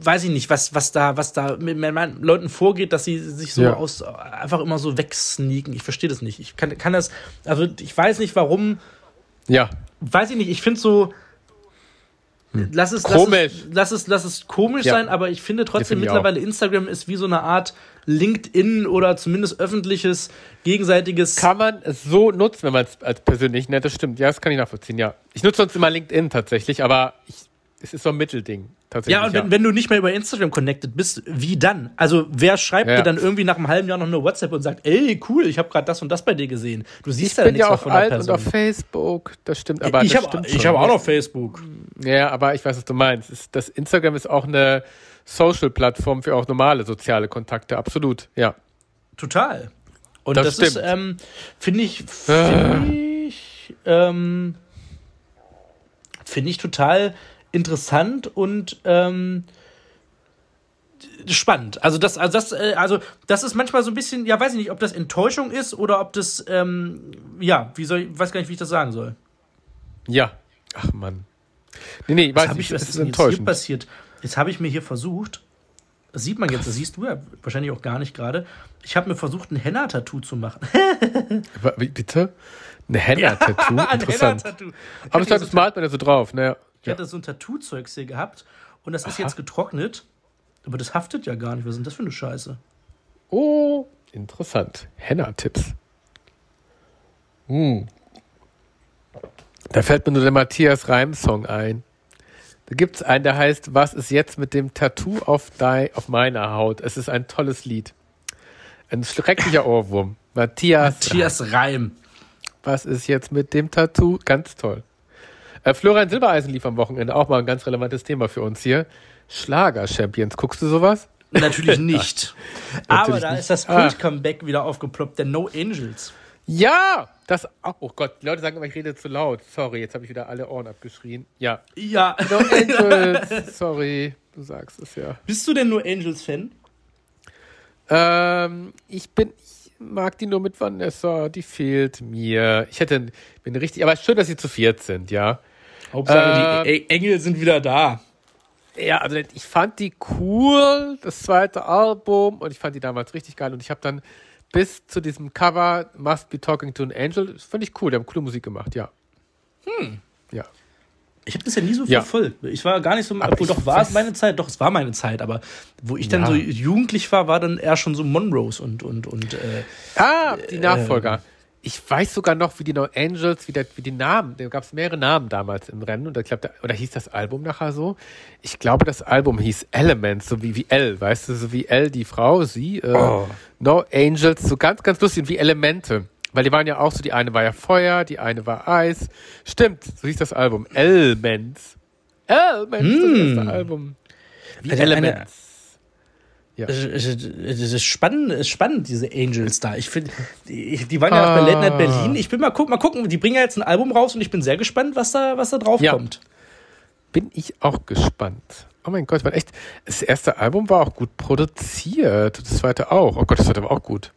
[SPEAKER 2] weiß ich nicht, was, was da, was da mit mit meinen Leuten vorgeht, dass sie sich so
[SPEAKER 1] Ja.
[SPEAKER 2] aus einfach immer so wegsneaken. Ich verstehe das nicht. Ich kann, kann das, also ich weiß nicht, warum
[SPEAKER 1] Ja.
[SPEAKER 2] weiß ich nicht, ich finde so. Lass es,
[SPEAKER 1] Hm. Komisch.
[SPEAKER 2] Lass, es, lass, es, lass es komisch
[SPEAKER 1] Ja.
[SPEAKER 2] sein, aber ich finde trotzdem
[SPEAKER 1] Find ich auch.
[SPEAKER 2] mittlerweile Instagram ist wie so eine Art LinkedIn oder zumindest öffentliches, gegenseitiges.
[SPEAKER 1] Kann man es so nutzen, wenn man es als persönlich, ne, das stimmt, ja, das kann ich nachvollziehen, ja. Ich nutze sonst immer LinkedIn tatsächlich, aber ich, es ist so ein Mittelding tatsächlich.
[SPEAKER 2] ja, und wenn, wenn du nicht mehr über Instagram connected bist, wie dann? Also, wer schreibt
[SPEAKER 1] Ja.
[SPEAKER 2] dir dann irgendwie nach einem halben Jahr noch eine WhatsApp und sagt, ey, cool, ich habe gerade das und das bei dir gesehen? Du siehst
[SPEAKER 1] ich
[SPEAKER 2] ja
[SPEAKER 1] bin
[SPEAKER 2] nichts
[SPEAKER 1] ja
[SPEAKER 2] mehr
[SPEAKER 1] auch
[SPEAKER 2] von der
[SPEAKER 1] alt und
[SPEAKER 2] Person.
[SPEAKER 1] auf Facebook, das stimmt, aber
[SPEAKER 2] ich
[SPEAKER 1] das
[SPEAKER 2] habe
[SPEAKER 1] stimmt
[SPEAKER 2] ich
[SPEAKER 1] schon.
[SPEAKER 2] hab auch noch Facebook.
[SPEAKER 1] Ja, aber ich weiß, was du meinst. Es Ist, das Instagram ist auch eine Social-Plattform für auch normale soziale Kontakte, absolut, ja.
[SPEAKER 2] Total. Und das,
[SPEAKER 1] Das
[SPEAKER 2] ist,
[SPEAKER 1] stimmt. Ah.
[SPEAKER 2] ähm, finde ich, finde ich, ähm, finde ich total interessant und ähm, spannend. Also das, also das, äh, also das ist manchmal so ein bisschen, ja, weiß ich nicht, ob das Enttäuschung ist oder ob das, ähm, ja, wie soll, ich weiß gar nicht, wie ich das sagen soll.
[SPEAKER 1] Ja. Ach Mann. Nee, nee, ich weiß
[SPEAKER 2] Hab
[SPEAKER 1] nicht,
[SPEAKER 2] ich,
[SPEAKER 1] das
[SPEAKER 2] was
[SPEAKER 1] ist
[SPEAKER 2] ist denn jetzt hier
[SPEAKER 1] enttäuschend.
[SPEAKER 2] passiert? Jetzt habe ich mir hier versucht, das sieht man jetzt, das siehst du ja wahrscheinlich auch gar nicht gerade. Ich habe mir versucht, ein Henna-Tattoo zu machen.
[SPEAKER 1] Wa- wie, Bitte? Eine Henna-Tattoo? Interessant.
[SPEAKER 2] Henna-Tattoo.
[SPEAKER 1] Aber ich
[SPEAKER 2] Ich
[SPEAKER 1] glaube,
[SPEAKER 2] hatte so
[SPEAKER 1] das malt man ja so drauf, ne?
[SPEAKER 2] Ich
[SPEAKER 1] Ja.
[SPEAKER 2] hatte so ein Tattoo-Zeugs hier gehabt und das ist
[SPEAKER 1] Aha.
[SPEAKER 2] jetzt getrocknet. Aber das haftet ja gar nicht. Was ist denn das für eine Scheiße?
[SPEAKER 1] Oh, interessant. Henna-Tipps. Hm. Da fällt mir nur der Matthias Reim-Song ein. Da gibt's einen, der heißt Was ist jetzt mit dem Tattoo auf, dei- auf meiner Haut? Es ist ein tolles Lied. Ein schrecklicher Ohrwurm. Matthias
[SPEAKER 2] Matthias Reim.
[SPEAKER 1] Was ist jetzt mit dem Tattoo? Ganz toll. Äh, Florian Silbereisen lief am Wochenende auch mal ein ganz relevantes Thema für uns hier. Schlager-Champions. Guckst du sowas?
[SPEAKER 2] Natürlich nicht. Aber
[SPEAKER 1] Natürlich
[SPEAKER 2] da
[SPEAKER 1] nicht.
[SPEAKER 2] ist das
[SPEAKER 1] Ah.
[SPEAKER 2] Kult-Comeback wieder aufgeploppt, der No Angels.
[SPEAKER 1] Ja! Das auch. Oh Gott, die Leute sagen immer, ich rede zu laut. Sorry, jetzt habe ich wieder alle Ohren abgeschrien. Ja.
[SPEAKER 2] Ja.
[SPEAKER 1] No Angels. Sorry, du sagst es ja.
[SPEAKER 2] Bist du denn No Angels-Fan?
[SPEAKER 1] Ähm, ich bin, ich mag die nur mit Vanessa. Die fehlt mir. Ich hätte, bin richtig, aber schön, dass sie zu viert sind, ja.
[SPEAKER 2] Hauptsache, die E- Engel sind wieder da.
[SPEAKER 1] Ja, also ich fand die cool, das zweite Album, und ich fand die damals richtig geil. Und ich habe dann bis zu diesem Cover Must Be Talking to an Angel, das fand ich cool, die haben coole Musik gemacht, ja. Hm. Ja.
[SPEAKER 2] Ich habe das ja nie so
[SPEAKER 1] Ja.
[SPEAKER 2] verfolgt. Ich war gar nicht so.
[SPEAKER 1] Aber
[SPEAKER 2] Obwohl,
[SPEAKER 1] ich
[SPEAKER 2] doch, war es
[SPEAKER 1] weiß-
[SPEAKER 2] meine Zeit? Doch, es war meine Zeit. Aber wo ich dann
[SPEAKER 1] Ja.
[SPEAKER 2] so jugendlich war, war dann eher schon so Monroes und. und, und äh,
[SPEAKER 1] Ah, die Nachfolger. ich weiß sogar noch, wie die No Angels, wie, der, wie die Namen, da gab es mehrere Namen damals im Rennen. Und ich glaub, da, oder hieß das Album nachher so? Ich glaube, das Album hieß Elements, so wie, wie L, weißt du, so wie L, die Frau, sie. Äh,
[SPEAKER 2] Oh.
[SPEAKER 1] No Angels, so ganz, ganz lustig, wie Elemente. Weil die waren ja auch so, die eine war ja Feuer, die eine war Eis. Stimmt, so hieß das Album. Elements. Elements, das erste Album. Wie
[SPEAKER 2] Hm. Also eine-
[SPEAKER 1] Elements.
[SPEAKER 2] Es ist- es ist spannend, es ist spannend diese Angels da. Ich finde, die, die waren ja auch bei Late Night
[SPEAKER 1] Ah.
[SPEAKER 2] Berlin. Ich bin mal gucken, mal gucken. Die bringen ja jetzt ein Album raus und ich bin sehr gespannt, was da, was da drauf
[SPEAKER 1] Ja.
[SPEAKER 2] kommt.
[SPEAKER 1] Bin ich auch gespannt. Oh mein Gott, war echt. Das erste Album war auch gut produziert. Das zweite auch. Oh Gott, das zweite war auch gut.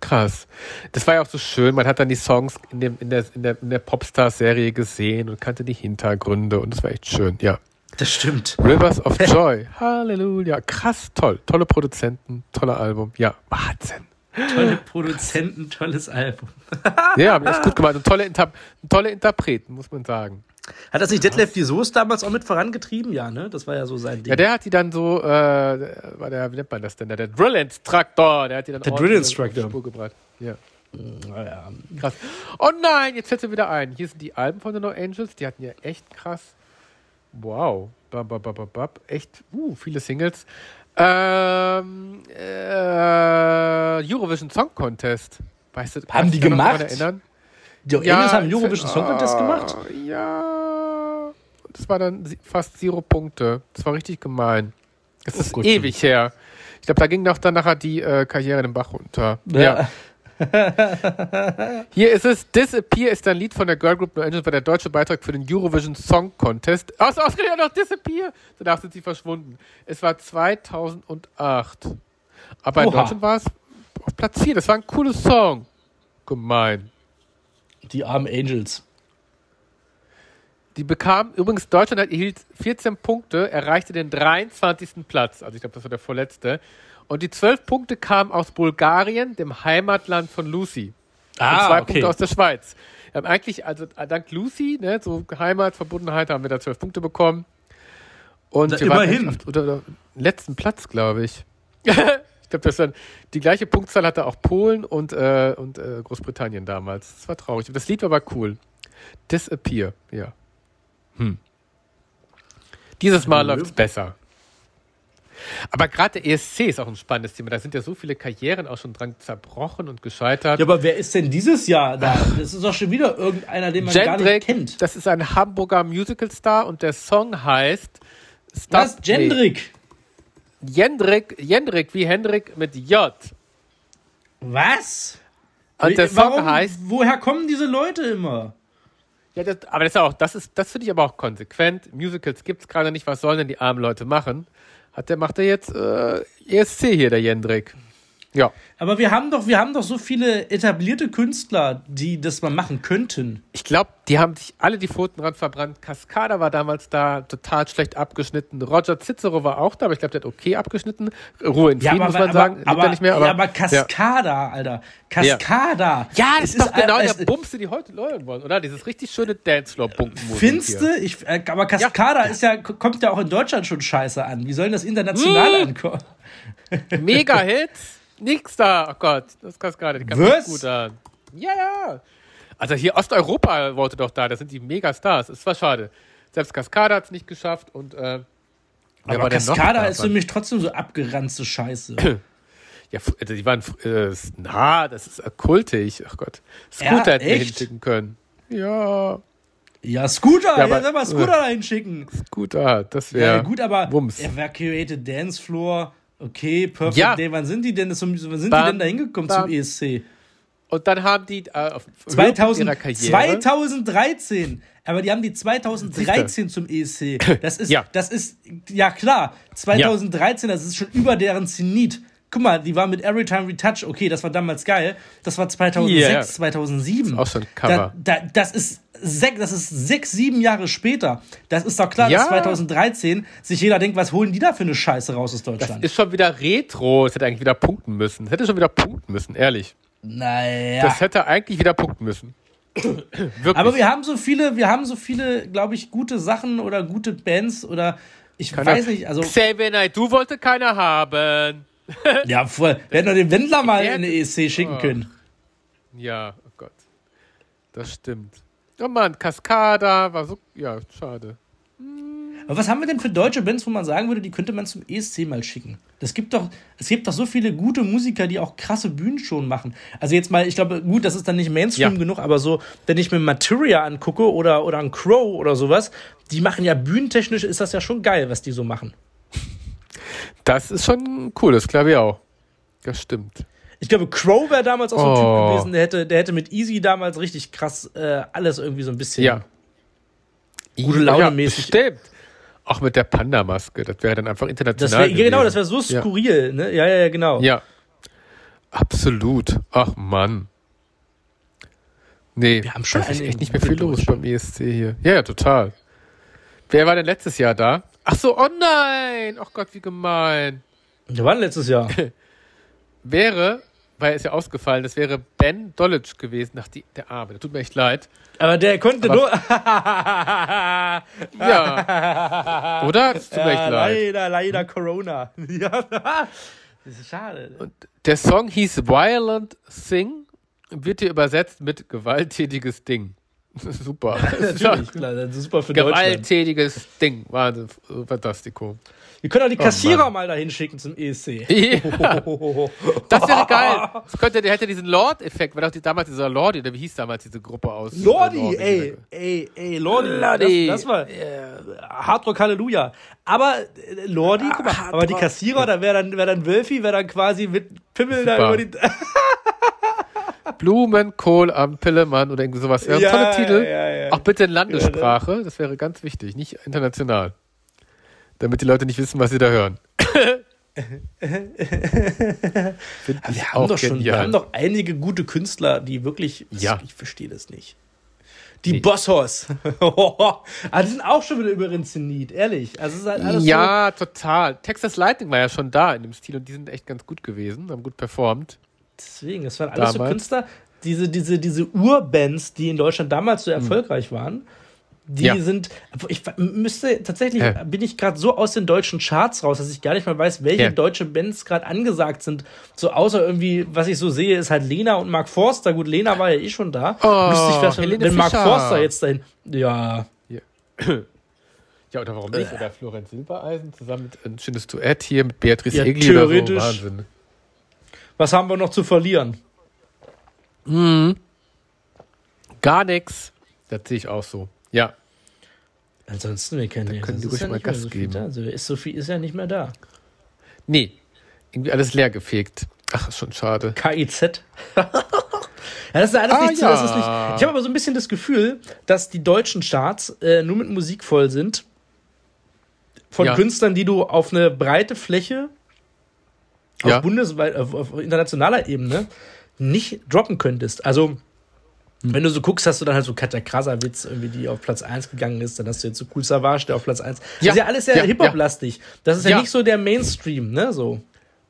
[SPEAKER 1] Krass. Das war ja auch so schön. Man hat dann die Songs in, dem, in der, in der, in der Popstars-Serie gesehen und kannte die Hintergründe und das war echt schön, ja.
[SPEAKER 2] Das stimmt.
[SPEAKER 1] Rivers of Joy. Halleluja. Krass, toll. Tolle Produzenten, tolle Album. Ja, Wahnsinn.
[SPEAKER 2] Tolle Produzenten, tolles Album.
[SPEAKER 1] Ja, haben die echt gut gemacht. Und tolle, Inter tolle Interpreten, muss man sagen.
[SPEAKER 2] Hat das nicht Detlef die Soße damals auch mit vorangetrieben? Ja, ne? Das war ja so sein Ding.
[SPEAKER 1] Ja, der hat die dann so, äh, war der, wie nennt man das denn? da? Der Drill Instructor, der hat die dann
[SPEAKER 2] Der
[SPEAKER 1] ordentlich
[SPEAKER 2] Drill Instructor. Mm,
[SPEAKER 1] auf
[SPEAKER 2] ah
[SPEAKER 1] die Spur gebracht. Ja,
[SPEAKER 2] Naja.
[SPEAKER 1] krass. Oh nein, jetzt fällt mir wieder ein. Hier sind die Alben von den No Angels, die hatten ja echt krass. Wow. Bab, bab, bab, bab, bab. Echt, uh, viele Singles. Ähm, äh, Eurovision Song Contest. Weißt du, kannst
[SPEAKER 2] die
[SPEAKER 1] du dich noch daran
[SPEAKER 2] gemacht?
[SPEAKER 1] Erinnern?
[SPEAKER 2] Die Angels haben
[SPEAKER 1] ich
[SPEAKER 2] Eurovision
[SPEAKER 1] find-
[SPEAKER 2] Song Contest
[SPEAKER 1] Ah,
[SPEAKER 2] gemacht.
[SPEAKER 1] Ja. Das war dann si- fast zero Punkte. Das war richtig gemein. Es ist
[SPEAKER 2] Gott.
[SPEAKER 1] ewig her. Ich glaube, da ging doch dann nachher die äh, Karriere den Bach runter. Ja. Hier ist es. Disappear ist ein Lied von der Girl Group No Angels, war der deutsche Beitrag für den Eurovision Song Contest. Aus ausgerechnet noch Disappear. Danach sind sie verschwunden. Es war 2008. Aber in
[SPEAKER 2] Oha.
[SPEAKER 1] Deutschland war es auf Platz 4. Das war ein cooles Song. Gemein.
[SPEAKER 2] Die armen Angels.
[SPEAKER 1] Die bekam, übrigens, Deutschland hat- erhielt 14 Punkte, erreichte den 23. Platz. Also ich glaube, das war der vorletzte. Und die 12 Punkte kamen aus Bulgarien, dem Heimatland von Lucy. und
[SPEAKER 2] Ah,
[SPEAKER 1] zwei
[SPEAKER 2] okay.
[SPEAKER 1] Punkte aus der Schweiz. Wir haben eigentlich, also äh, dank Lucy, ne, so Heimatverbundenheit, haben wir da zwölf Punkte bekommen. Und
[SPEAKER 2] Na,
[SPEAKER 1] wir waren
[SPEAKER 2] immerhin.
[SPEAKER 1] echt auf- Oder, oder letzten Platz, glaube ich. ich glaube, das dann die gleiche Punktzahl hatte auch Polen und, äh, und äh, Großbritannien damals. Das war traurig. Aber Das Lied war aber cool. Disappear, ja. Hm. Dieses Mal
[SPEAKER 2] Nö.
[SPEAKER 1] läuft's besser. Aber gerade der ESC ist auch ein spannendes Thema. Da sind ja so viele Karrieren auch schon dran zerbrochen und gescheitert.
[SPEAKER 2] Ja, aber wer ist denn dieses Jahr da? Das ist doch schon wieder irgendeiner, den man gar nicht
[SPEAKER 1] Ah. Jendrik,
[SPEAKER 2] kennt.
[SPEAKER 1] das ist ein Hamburger Musical-Star und der Song heißt Stop
[SPEAKER 2] Was?
[SPEAKER 1] Me.
[SPEAKER 2] Jendrik?
[SPEAKER 1] Jendrik, Jendrik wie Hendrik mit J.
[SPEAKER 2] Was?
[SPEAKER 1] Und der
[SPEAKER 2] Wie-
[SPEAKER 1] Song
[SPEAKER 2] Warum,
[SPEAKER 1] heißt,
[SPEAKER 2] Woher kommen diese Leute immer?
[SPEAKER 1] ja, das, aber das ist auch, das ist, das finde ich aber auch konsequent. Musicals gibt's gerade nicht, was sollen denn die armen Leute machen? Hat der, macht er jetzt äh, ESC hier, der Jendrik. Ja.
[SPEAKER 2] Aber wir haben doch, wir haben doch so viele etablierte Künstler, die das mal machen könnten.
[SPEAKER 1] Ich glaube, die haben sich alle die Pfoten dran verbrannt. Cascada war damals da, total schlecht abgeschnitten. Roger Cicero war auch da, aber ich glaube, der hat okay abgeschnitten. Ruhe in Frieden, muss man sagen. Lebt er nicht mehr, aber,
[SPEAKER 2] ja, aber
[SPEAKER 1] ja.
[SPEAKER 2] Cascada, Alter. Cascada.
[SPEAKER 1] Ja, das
[SPEAKER 2] Es
[SPEAKER 1] ist doch genau
[SPEAKER 2] äh,
[SPEAKER 1] der
[SPEAKER 2] es-
[SPEAKER 1] Bumse, die heute leuen wollen, oder? Dieses richtig schöne Dancefloor-Bumpen.
[SPEAKER 2] Finste, ich, äh, aber Cascada Ist ja, kommt ja auch in Deutschland schon scheiße an. Wie soll denn das international
[SPEAKER 1] Mm.
[SPEAKER 2] ankommen?
[SPEAKER 1] Mega Hits. Nix da. Oh Gott, das Cascada, die kam
[SPEAKER 2] Was?
[SPEAKER 1] nicht gut an. Ja, ja. Also hier Osteuropa wollte doch da, das sind die Megastars. Ist zwar schade. Selbst Cascada hat es nicht geschafft und äh, wer
[SPEAKER 2] Aber
[SPEAKER 1] war denn noch
[SPEAKER 2] Cascada
[SPEAKER 1] da?
[SPEAKER 2] ist für mich trotzdem so abgeranzte Scheiße.
[SPEAKER 1] Ja, fr- also die waren fr- äh, s- na, das ist äh, kultig. Ach Gott. Scooter
[SPEAKER 2] Ja,
[SPEAKER 1] hätten wir
[SPEAKER 2] echt?
[SPEAKER 1] hinschicken können. Ja,
[SPEAKER 2] Ja, Scooter,
[SPEAKER 1] Ja,
[SPEAKER 2] ja,
[SPEAKER 1] aber-
[SPEAKER 2] sag mal Scooter da hinschicken.
[SPEAKER 1] Scooter, das
[SPEAKER 2] Ja,
[SPEAKER 1] wäre.
[SPEAKER 2] gut, aber
[SPEAKER 1] Wumms.
[SPEAKER 2] Evacuated Dance Floor, okay, Perfect
[SPEAKER 1] Ja.
[SPEAKER 2] Day, wann sind die denn, zum, wann sind
[SPEAKER 1] Bam,
[SPEAKER 2] die denn da hingekommen
[SPEAKER 1] bam.
[SPEAKER 2] zum E ESC?
[SPEAKER 1] Und dann haben die äh, auf Höhepunkt
[SPEAKER 2] 2000,
[SPEAKER 1] ihrer Karriere.
[SPEAKER 2] 2013, aber die haben die 2013 zum ESC. Das ist,
[SPEAKER 1] Ja.
[SPEAKER 2] das ist, ja klar, 2013, das ist schon über deren Zenit. Guck mal, die war mit Every Time We Touch, okay, das war damals geil. Das war 2006,
[SPEAKER 1] Ja, ja.
[SPEAKER 2] 2007.
[SPEAKER 1] Ist auch so ein Cover.
[SPEAKER 2] Da, da, das, ist sechs, das ist sechs, sieben Jahre später. Das ist doch klar,
[SPEAKER 1] Ja.
[SPEAKER 2] dass 2013 sich jeder denkt, was holen die da für eine Scheiße raus aus Deutschland?
[SPEAKER 1] Ist schon wieder Retro. Es hätte eigentlich wieder punkten müssen. Es hätte schon wieder punkten müssen, ehrlich.
[SPEAKER 2] naja.
[SPEAKER 1] Das hätte eigentlich wieder punkten müssen. Wirklich.
[SPEAKER 2] Aber wir haben so viele, wir haben so viele, glaube ich, gute Sachen oder gute Bands oder ich
[SPEAKER 1] Keiner-
[SPEAKER 2] weiß nicht, also
[SPEAKER 1] Xavier Naidoo du wollte keiner haben.
[SPEAKER 2] ja, voll. Wir hätten doch den Wendler mal
[SPEAKER 1] Der-
[SPEAKER 2] in eine ESC schicken
[SPEAKER 1] Oh.
[SPEAKER 2] können.
[SPEAKER 1] Ja, oh Gott. Das stimmt. Oh Mann, Cascada war so. Ja, schade.
[SPEAKER 2] Aber was haben wir denn für deutsche Bands, wo man sagen würde, die könnte man zum ESC mal schicken? Das gibt doch, es gibt doch so viele gute Musiker, die auch krasse Bühnen schon machen. Also jetzt mal, ich glaube, gut, das ist dann nicht Mainstream
[SPEAKER 1] Ja.
[SPEAKER 2] genug, aber so, wenn ich mir Materia angucke oder, oder ein Crow oder sowas, die machen ja bühnentechnisch, ist das ja schon geil, was die so machen.
[SPEAKER 1] Das ist schon cool, das glaube ich auch. Das stimmt.
[SPEAKER 2] Ich glaube, Crow wäre damals auch so ein
[SPEAKER 1] Oh.
[SPEAKER 2] Typ gewesen, der hätte, der hätte mit Easy damals richtig krass äh, alles irgendwie so ein bisschen.
[SPEAKER 1] Ja.
[SPEAKER 2] Gute Laune mäßig.
[SPEAKER 1] Stimmt. Auch mit der Panda-Maske. Das wäre dann einfach international.
[SPEAKER 2] Das wär, genau, das
[SPEAKER 1] gewesen.
[SPEAKER 2] wäre so
[SPEAKER 1] Ja.
[SPEAKER 2] skurril, ne? Ja, ja, ja, genau.
[SPEAKER 1] Ja. Absolut. Ach Mann. Nee,
[SPEAKER 2] Wir haben schon
[SPEAKER 1] da ist
[SPEAKER 2] eine
[SPEAKER 1] echt nicht mehr
[SPEAKER 2] gute
[SPEAKER 1] viel los beim ESC hier. Ja, ja, total. Wer war denn letztes Jahr da? Ach so, oh nein. Ach Gott, wie gemein.
[SPEAKER 2] Wir waren letztes Jahr.
[SPEAKER 1] Wäre, weil er ist ja ausgefallen, das wäre Ben Dollitsch gewesen. Ach, die, der Arme, der tut mir echt leid.
[SPEAKER 2] Aber der konnte nur. ja,
[SPEAKER 1] Ja. Oder? Das tut mir echt leid.
[SPEAKER 2] leider, leider Corona. ja, das ist schade.
[SPEAKER 1] Der Song hieß Violent Thing und wird hier übersetzt mit gewalttätiges Ding. Super.
[SPEAKER 2] Natürlich, klar, das ist super für Deutschland.
[SPEAKER 1] gewalttätiges Ding. Wahnsinn. Fantastico.
[SPEAKER 2] Wir können auch die Kassierer
[SPEAKER 1] Oh Mann.
[SPEAKER 2] mal dahin schicken zum E ESC.
[SPEAKER 1] Ja,
[SPEAKER 2] Hohoho.
[SPEAKER 1] das wäre geil. Das könnte, der hätte diesen Lord-Effekt, weil auch die, damals dieser Lordi, oder wie hieß damals diese Gruppe aus?
[SPEAKER 2] Lordi,
[SPEAKER 1] Norwegen?
[SPEAKER 2] ey, ey, ey, Lordi.
[SPEAKER 1] Lordi.
[SPEAKER 2] Das, das war Hardrock Halleluja. Aber äh, Lordi, guck mal, aber die Kassierer, da wäre dann, wär dann Wölfi, wäre dann quasi mit Pimmel da
[SPEAKER 1] Super.
[SPEAKER 2] über die.
[SPEAKER 1] Blumenkohl am Pillemann oder irgendwie sowas. Ja,
[SPEAKER 2] Ja,
[SPEAKER 1] tolle Titel.
[SPEAKER 2] ja, ne? ja.
[SPEAKER 1] Auch bitte in Landessprache, das wäre ganz wichtig, nicht international. Damit die Leute nicht wissen, was sie da hören. Find ich
[SPEAKER 2] Wir haben,
[SPEAKER 1] auch
[SPEAKER 2] doch schon, wir
[SPEAKER 1] genial.
[SPEAKER 2] haben doch einige gute Künstler, die wirklich.
[SPEAKER 1] Ja.
[SPEAKER 2] Ich verstehe das nicht. Die Bosshors. ah, die sind auch schon wieder über den Zenit, ehrlich. Also es ist halt alles so.
[SPEAKER 1] ja, total. Texas Lightning war ja schon da in dem Stil und die sind echt ganz gut gewesen, haben gut performt.
[SPEAKER 2] Deswegen, das waren alles so
[SPEAKER 1] Damals.
[SPEAKER 2] Künstler, diese, diese, diese Urbands, die in Deutschland damals so erfolgreich waren, die
[SPEAKER 1] Mhm. Ja.
[SPEAKER 2] sind. Ich müsste tatsächlich,
[SPEAKER 1] Ja.
[SPEAKER 2] bin ich gerade so aus den deutschen Charts raus, dass ich gar nicht mal weiß, welche
[SPEAKER 1] Ja.
[SPEAKER 2] deutsche Bands gerade angesagt sind. So außer irgendwie, was ich so sehe, ist halt Lena und Mark Forster. Gut, Lena war ja eh schon da.
[SPEAKER 1] Oh,
[SPEAKER 2] müsste ich vielleicht,
[SPEAKER 1] Helene
[SPEAKER 2] wenn Mark
[SPEAKER 1] Fischer.
[SPEAKER 2] Forster jetzt dahin. Ja.
[SPEAKER 1] Ja, oder warum nicht? Oder Florenz Silbereisen zusammen mit ein schönes Duett hier mit Beatrice
[SPEAKER 2] Ja,
[SPEAKER 1] Egli oder so.
[SPEAKER 2] theoretisch.
[SPEAKER 1] Wahnsinn.
[SPEAKER 2] Was haben wir noch zu verlieren? Mhm.
[SPEAKER 1] Gar nichts. Das sehe ich auch so. Ja.
[SPEAKER 2] Ansonsten, wir kennen ja,
[SPEAKER 1] können
[SPEAKER 2] das
[SPEAKER 1] die
[SPEAKER 2] ist
[SPEAKER 1] ruhig
[SPEAKER 2] ja
[SPEAKER 1] mal
[SPEAKER 2] nicht mehr
[SPEAKER 1] Gas
[SPEAKER 2] so viel
[SPEAKER 1] geben.
[SPEAKER 2] Da. Also, ist, so viel ist ja nicht mehr da.
[SPEAKER 1] Nee. Irgendwie alles leer gefegt. Ach, ist schon schade.
[SPEAKER 2] KIZ. ja, das ist alles
[SPEAKER 1] Ah,
[SPEAKER 2] nicht, zu- das ist nicht. Ich
[SPEAKER 1] ja.
[SPEAKER 2] habe aber so ein bisschen das Gefühl, dass die deutschen Charts äh, nur mit Musik voll sind. Von
[SPEAKER 1] Ja.
[SPEAKER 2] Künstlern, die du auf eine breite Fläche auf
[SPEAKER 1] Ja.
[SPEAKER 2] bundesweit, auf, auf internationaler Ebene nicht droppen könntest. Also, wenn du so guckst, hast du dann halt so Katja Krasavitz, irgendwie, die auf Platz 1 gegangen ist, dann hast du jetzt so Cool Savage, der auf Platz 1.
[SPEAKER 1] Ja.
[SPEAKER 2] Das ist ja alles sehr
[SPEAKER 1] Ja, ja.
[SPEAKER 2] Hip-Hop-lastig. Das ist ja,
[SPEAKER 1] Ja.
[SPEAKER 2] nicht so der Mainstream, ne? So.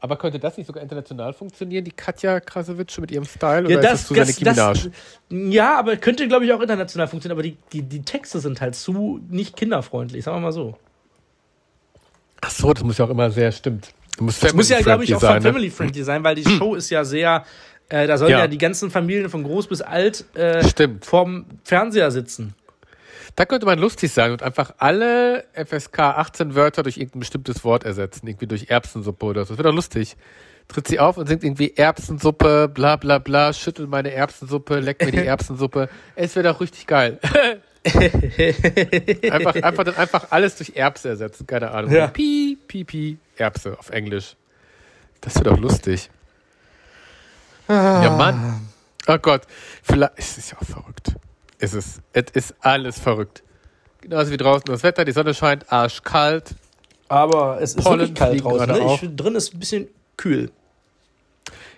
[SPEAKER 1] Aber könnte das nicht sogar international funktionieren, die Katja Krasowitsch mit ihrem Style? Oder
[SPEAKER 2] Ja,
[SPEAKER 1] ist
[SPEAKER 2] das,
[SPEAKER 1] das zu seine
[SPEAKER 2] das,
[SPEAKER 1] Kim
[SPEAKER 2] das,
[SPEAKER 1] Minaj?
[SPEAKER 2] ja, aber könnte, glaube ich, auch international funktionieren, aber die, die, die Texte sind halt zu nicht kinderfreundlich, sagen wir mal so.
[SPEAKER 1] Ach so, das muss ja auch immer sehr, stimmt. Das muss,
[SPEAKER 2] Das muss ja, glaube ich, auch
[SPEAKER 1] family-friendly
[SPEAKER 2] von
[SPEAKER 1] sein, ne?
[SPEAKER 2] Family Friendly sein, weil die Show ist ja sehr, äh, da sollen ja.
[SPEAKER 1] Ja.
[SPEAKER 2] die ganzen Familien von groß bis alt äh,
[SPEAKER 1] Stimmt.
[SPEAKER 2] vorm Fernseher sitzen.
[SPEAKER 1] Da könnte man lustig sein und einfach alle FSK 18 Wörter durch irgendein bestimmtes Wort ersetzen. Irgendwie durch Erbsensuppe oder so. Das wäre doch lustig. Tritt sie auf und singt irgendwie Erbsensuppe, bla bla bla, schüttel meine Erbsensuppe, leck mir die Erbsensuppe. Es wäre doch richtig geil. einfach, einfach, dann einfach alles durch Erbse ersetzen, keine Ahnung.
[SPEAKER 2] Ja.
[SPEAKER 1] Pi, pi, pi, Erbse auf Englisch. Das wäre doch lustig. Ja, Mann. Oh Gott. Vielleicht es ist ja auch verrückt. Es ist, es ist alles verrückt. Genauso wie draußen das Wetter, die Sonne scheint, arschkalt.
[SPEAKER 2] Aber es ist
[SPEAKER 1] Pollen
[SPEAKER 2] wirklich kalt
[SPEAKER 1] fliegen
[SPEAKER 2] draußen.
[SPEAKER 1] gerade
[SPEAKER 2] Ne?
[SPEAKER 1] auf.
[SPEAKER 2] Ich, drin ist ein bisschen kühl.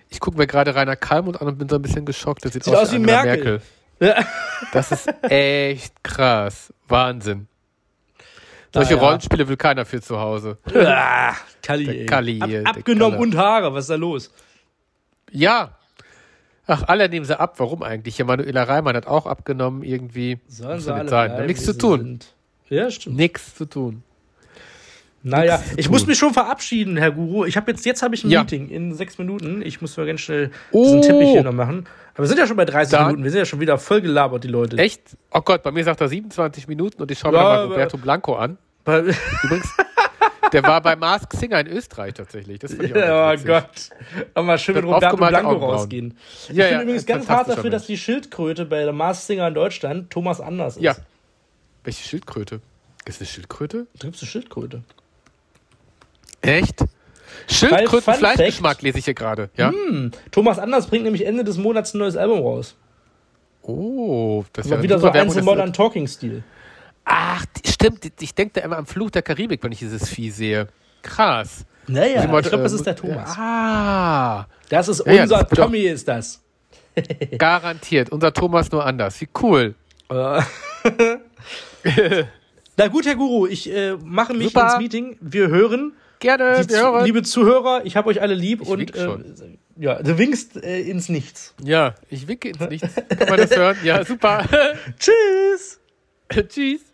[SPEAKER 1] Ich gucke mir gerade Rainer Kalmund an und bin so ein bisschen geschockt. Das sieht,
[SPEAKER 2] Sieht aus wie
[SPEAKER 1] Angela
[SPEAKER 2] Merkel. Ja.
[SPEAKER 1] Das ist echt krass. Wahnsinn.
[SPEAKER 2] Na
[SPEAKER 1] Solche
[SPEAKER 2] ja.
[SPEAKER 1] Rollenspiele will keiner für zu Hause.
[SPEAKER 2] Ah, Kalli,
[SPEAKER 1] Der
[SPEAKER 2] ey.
[SPEAKER 1] Kalli, äh,
[SPEAKER 2] Ab,
[SPEAKER 1] der
[SPEAKER 2] abgenommen
[SPEAKER 1] Kaller.
[SPEAKER 2] und Haare, was ist da los?
[SPEAKER 1] Ja. Ach, alle nehmen sie ab. Warum eigentlich? Ja, Manuela Reimann hat auch abgenommen irgendwie.
[SPEAKER 2] Sollen
[SPEAKER 1] Muss
[SPEAKER 2] sie
[SPEAKER 1] ja
[SPEAKER 2] alle
[SPEAKER 1] nicht sein.
[SPEAKER 2] bleiben,
[SPEAKER 1] Haben ne? nichts
[SPEAKER 2] wie
[SPEAKER 1] zu
[SPEAKER 2] sie
[SPEAKER 1] tun.
[SPEAKER 2] sind. Ja, stimmt.
[SPEAKER 1] Nichts zu tun.
[SPEAKER 2] Naja,
[SPEAKER 1] zu
[SPEAKER 2] ich
[SPEAKER 1] tun.
[SPEAKER 2] muss mich schon verabschieden, Herr Guru. Ich habe jetzt, jetzt habe ich ein
[SPEAKER 1] Ja.
[SPEAKER 2] Meeting in sechs Minuten. Ich muss mal ganz schnell
[SPEAKER 1] Oh.
[SPEAKER 2] diesen Teppich hier noch machen. Aber wir sind ja schon bei 30
[SPEAKER 1] Dann-
[SPEAKER 2] Minuten. Wir sind ja schon wieder voll gelabert, die Leute.
[SPEAKER 1] Echt? Oh Gott, bei mir sagt er 27 Minuten und ich schaue mir
[SPEAKER 2] Ja,
[SPEAKER 1] mal
[SPEAKER 2] aber-
[SPEAKER 1] Roberto Blanco an.
[SPEAKER 2] Bei-
[SPEAKER 1] Übrigens, der war bei Mask Singer in Österreich tatsächlich. Das fand ich auch
[SPEAKER 2] Ja,
[SPEAKER 1] ganz
[SPEAKER 2] oh
[SPEAKER 1] witzig.
[SPEAKER 2] Gott. Auch mal schön mit
[SPEAKER 1] Mit
[SPEAKER 2] Roberto
[SPEAKER 1] aufgemalten
[SPEAKER 2] Blanco
[SPEAKER 1] Augenbrauen.
[SPEAKER 2] rausgehen.
[SPEAKER 1] Ja,
[SPEAKER 2] ich bin
[SPEAKER 1] ja,
[SPEAKER 2] übrigens
[SPEAKER 1] ein
[SPEAKER 2] ganz hart
[SPEAKER 1] fantastischer
[SPEAKER 2] dafür, dass die Schildkröte bei der Mars Singer in Deutschland Thomas Anders ist.
[SPEAKER 1] Ja. Welche Schildkröte? Ist eine Schildkröte?
[SPEAKER 2] Da gibt's eine Schildkröte.
[SPEAKER 1] Echt?
[SPEAKER 2] Fun Hm.
[SPEAKER 1] Schildkrötenfleischgeschmack lese ich hier gerade. Ja?
[SPEAKER 2] Thomas Anders bringt nämlich Ende des Monats ein neues Album raus.
[SPEAKER 1] Oh, das ist
[SPEAKER 2] Aber
[SPEAKER 1] ja
[SPEAKER 2] wieder so
[SPEAKER 1] super
[SPEAKER 2] eins
[SPEAKER 1] Werbung,
[SPEAKER 2] im
[SPEAKER 1] dass-
[SPEAKER 2] Modern Talking-Stil.
[SPEAKER 1] Ach, die- stimmt. die- Ich denke da immer am Fluch der Karibik, wenn ich dieses Vieh sehe. Krass.
[SPEAKER 2] Naja, ich
[SPEAKER 1] Mod-
[SPEAKER 2] glaube, das
[SPEAKER 1] äh,
[SPEAKER 2] ist der Thomas.
[SPEAKER 1] Ah,
[SPEAKER 2] Das ist
[SPEAKER 1] ja,
[SPEAKER 2] unser
[SPEAKER 1] das wird doch-
[SPEAKER 2] Tommy, ist das.
[SPEAKER 1] garantiert. Unser Thomas nur anders. Wie cool.
[SPEAKER 2] Äh. Na gut, Herr Guru, ich äh, mache mich
[SPEAKER 1] Super.
[SPEAKER 2] ins Meeting. Wir hören.
[SPEAKER 1] Gerne,
[SPEAKER 2] Die
[SPEAKER 1] wir
[SPEAKER 2] zu-
[SPEAKER 1] hören.
[SPEAKER 2] Liebe Zuhörer, ich habe euch alle lieb und
[SPEAKER 1] wink
[SPEAKER 2] äh,
[SPEAKER 1] schon.
[SPEAKER 2] ja, du winkst äh, ins Nichts.
[SPEAKER 1] Ja, ich winke ins Nichts. Kann man das hören? Ja, super.
[SPEAKER 2] Tschüss!
[SPEAKER 1] Tschüss.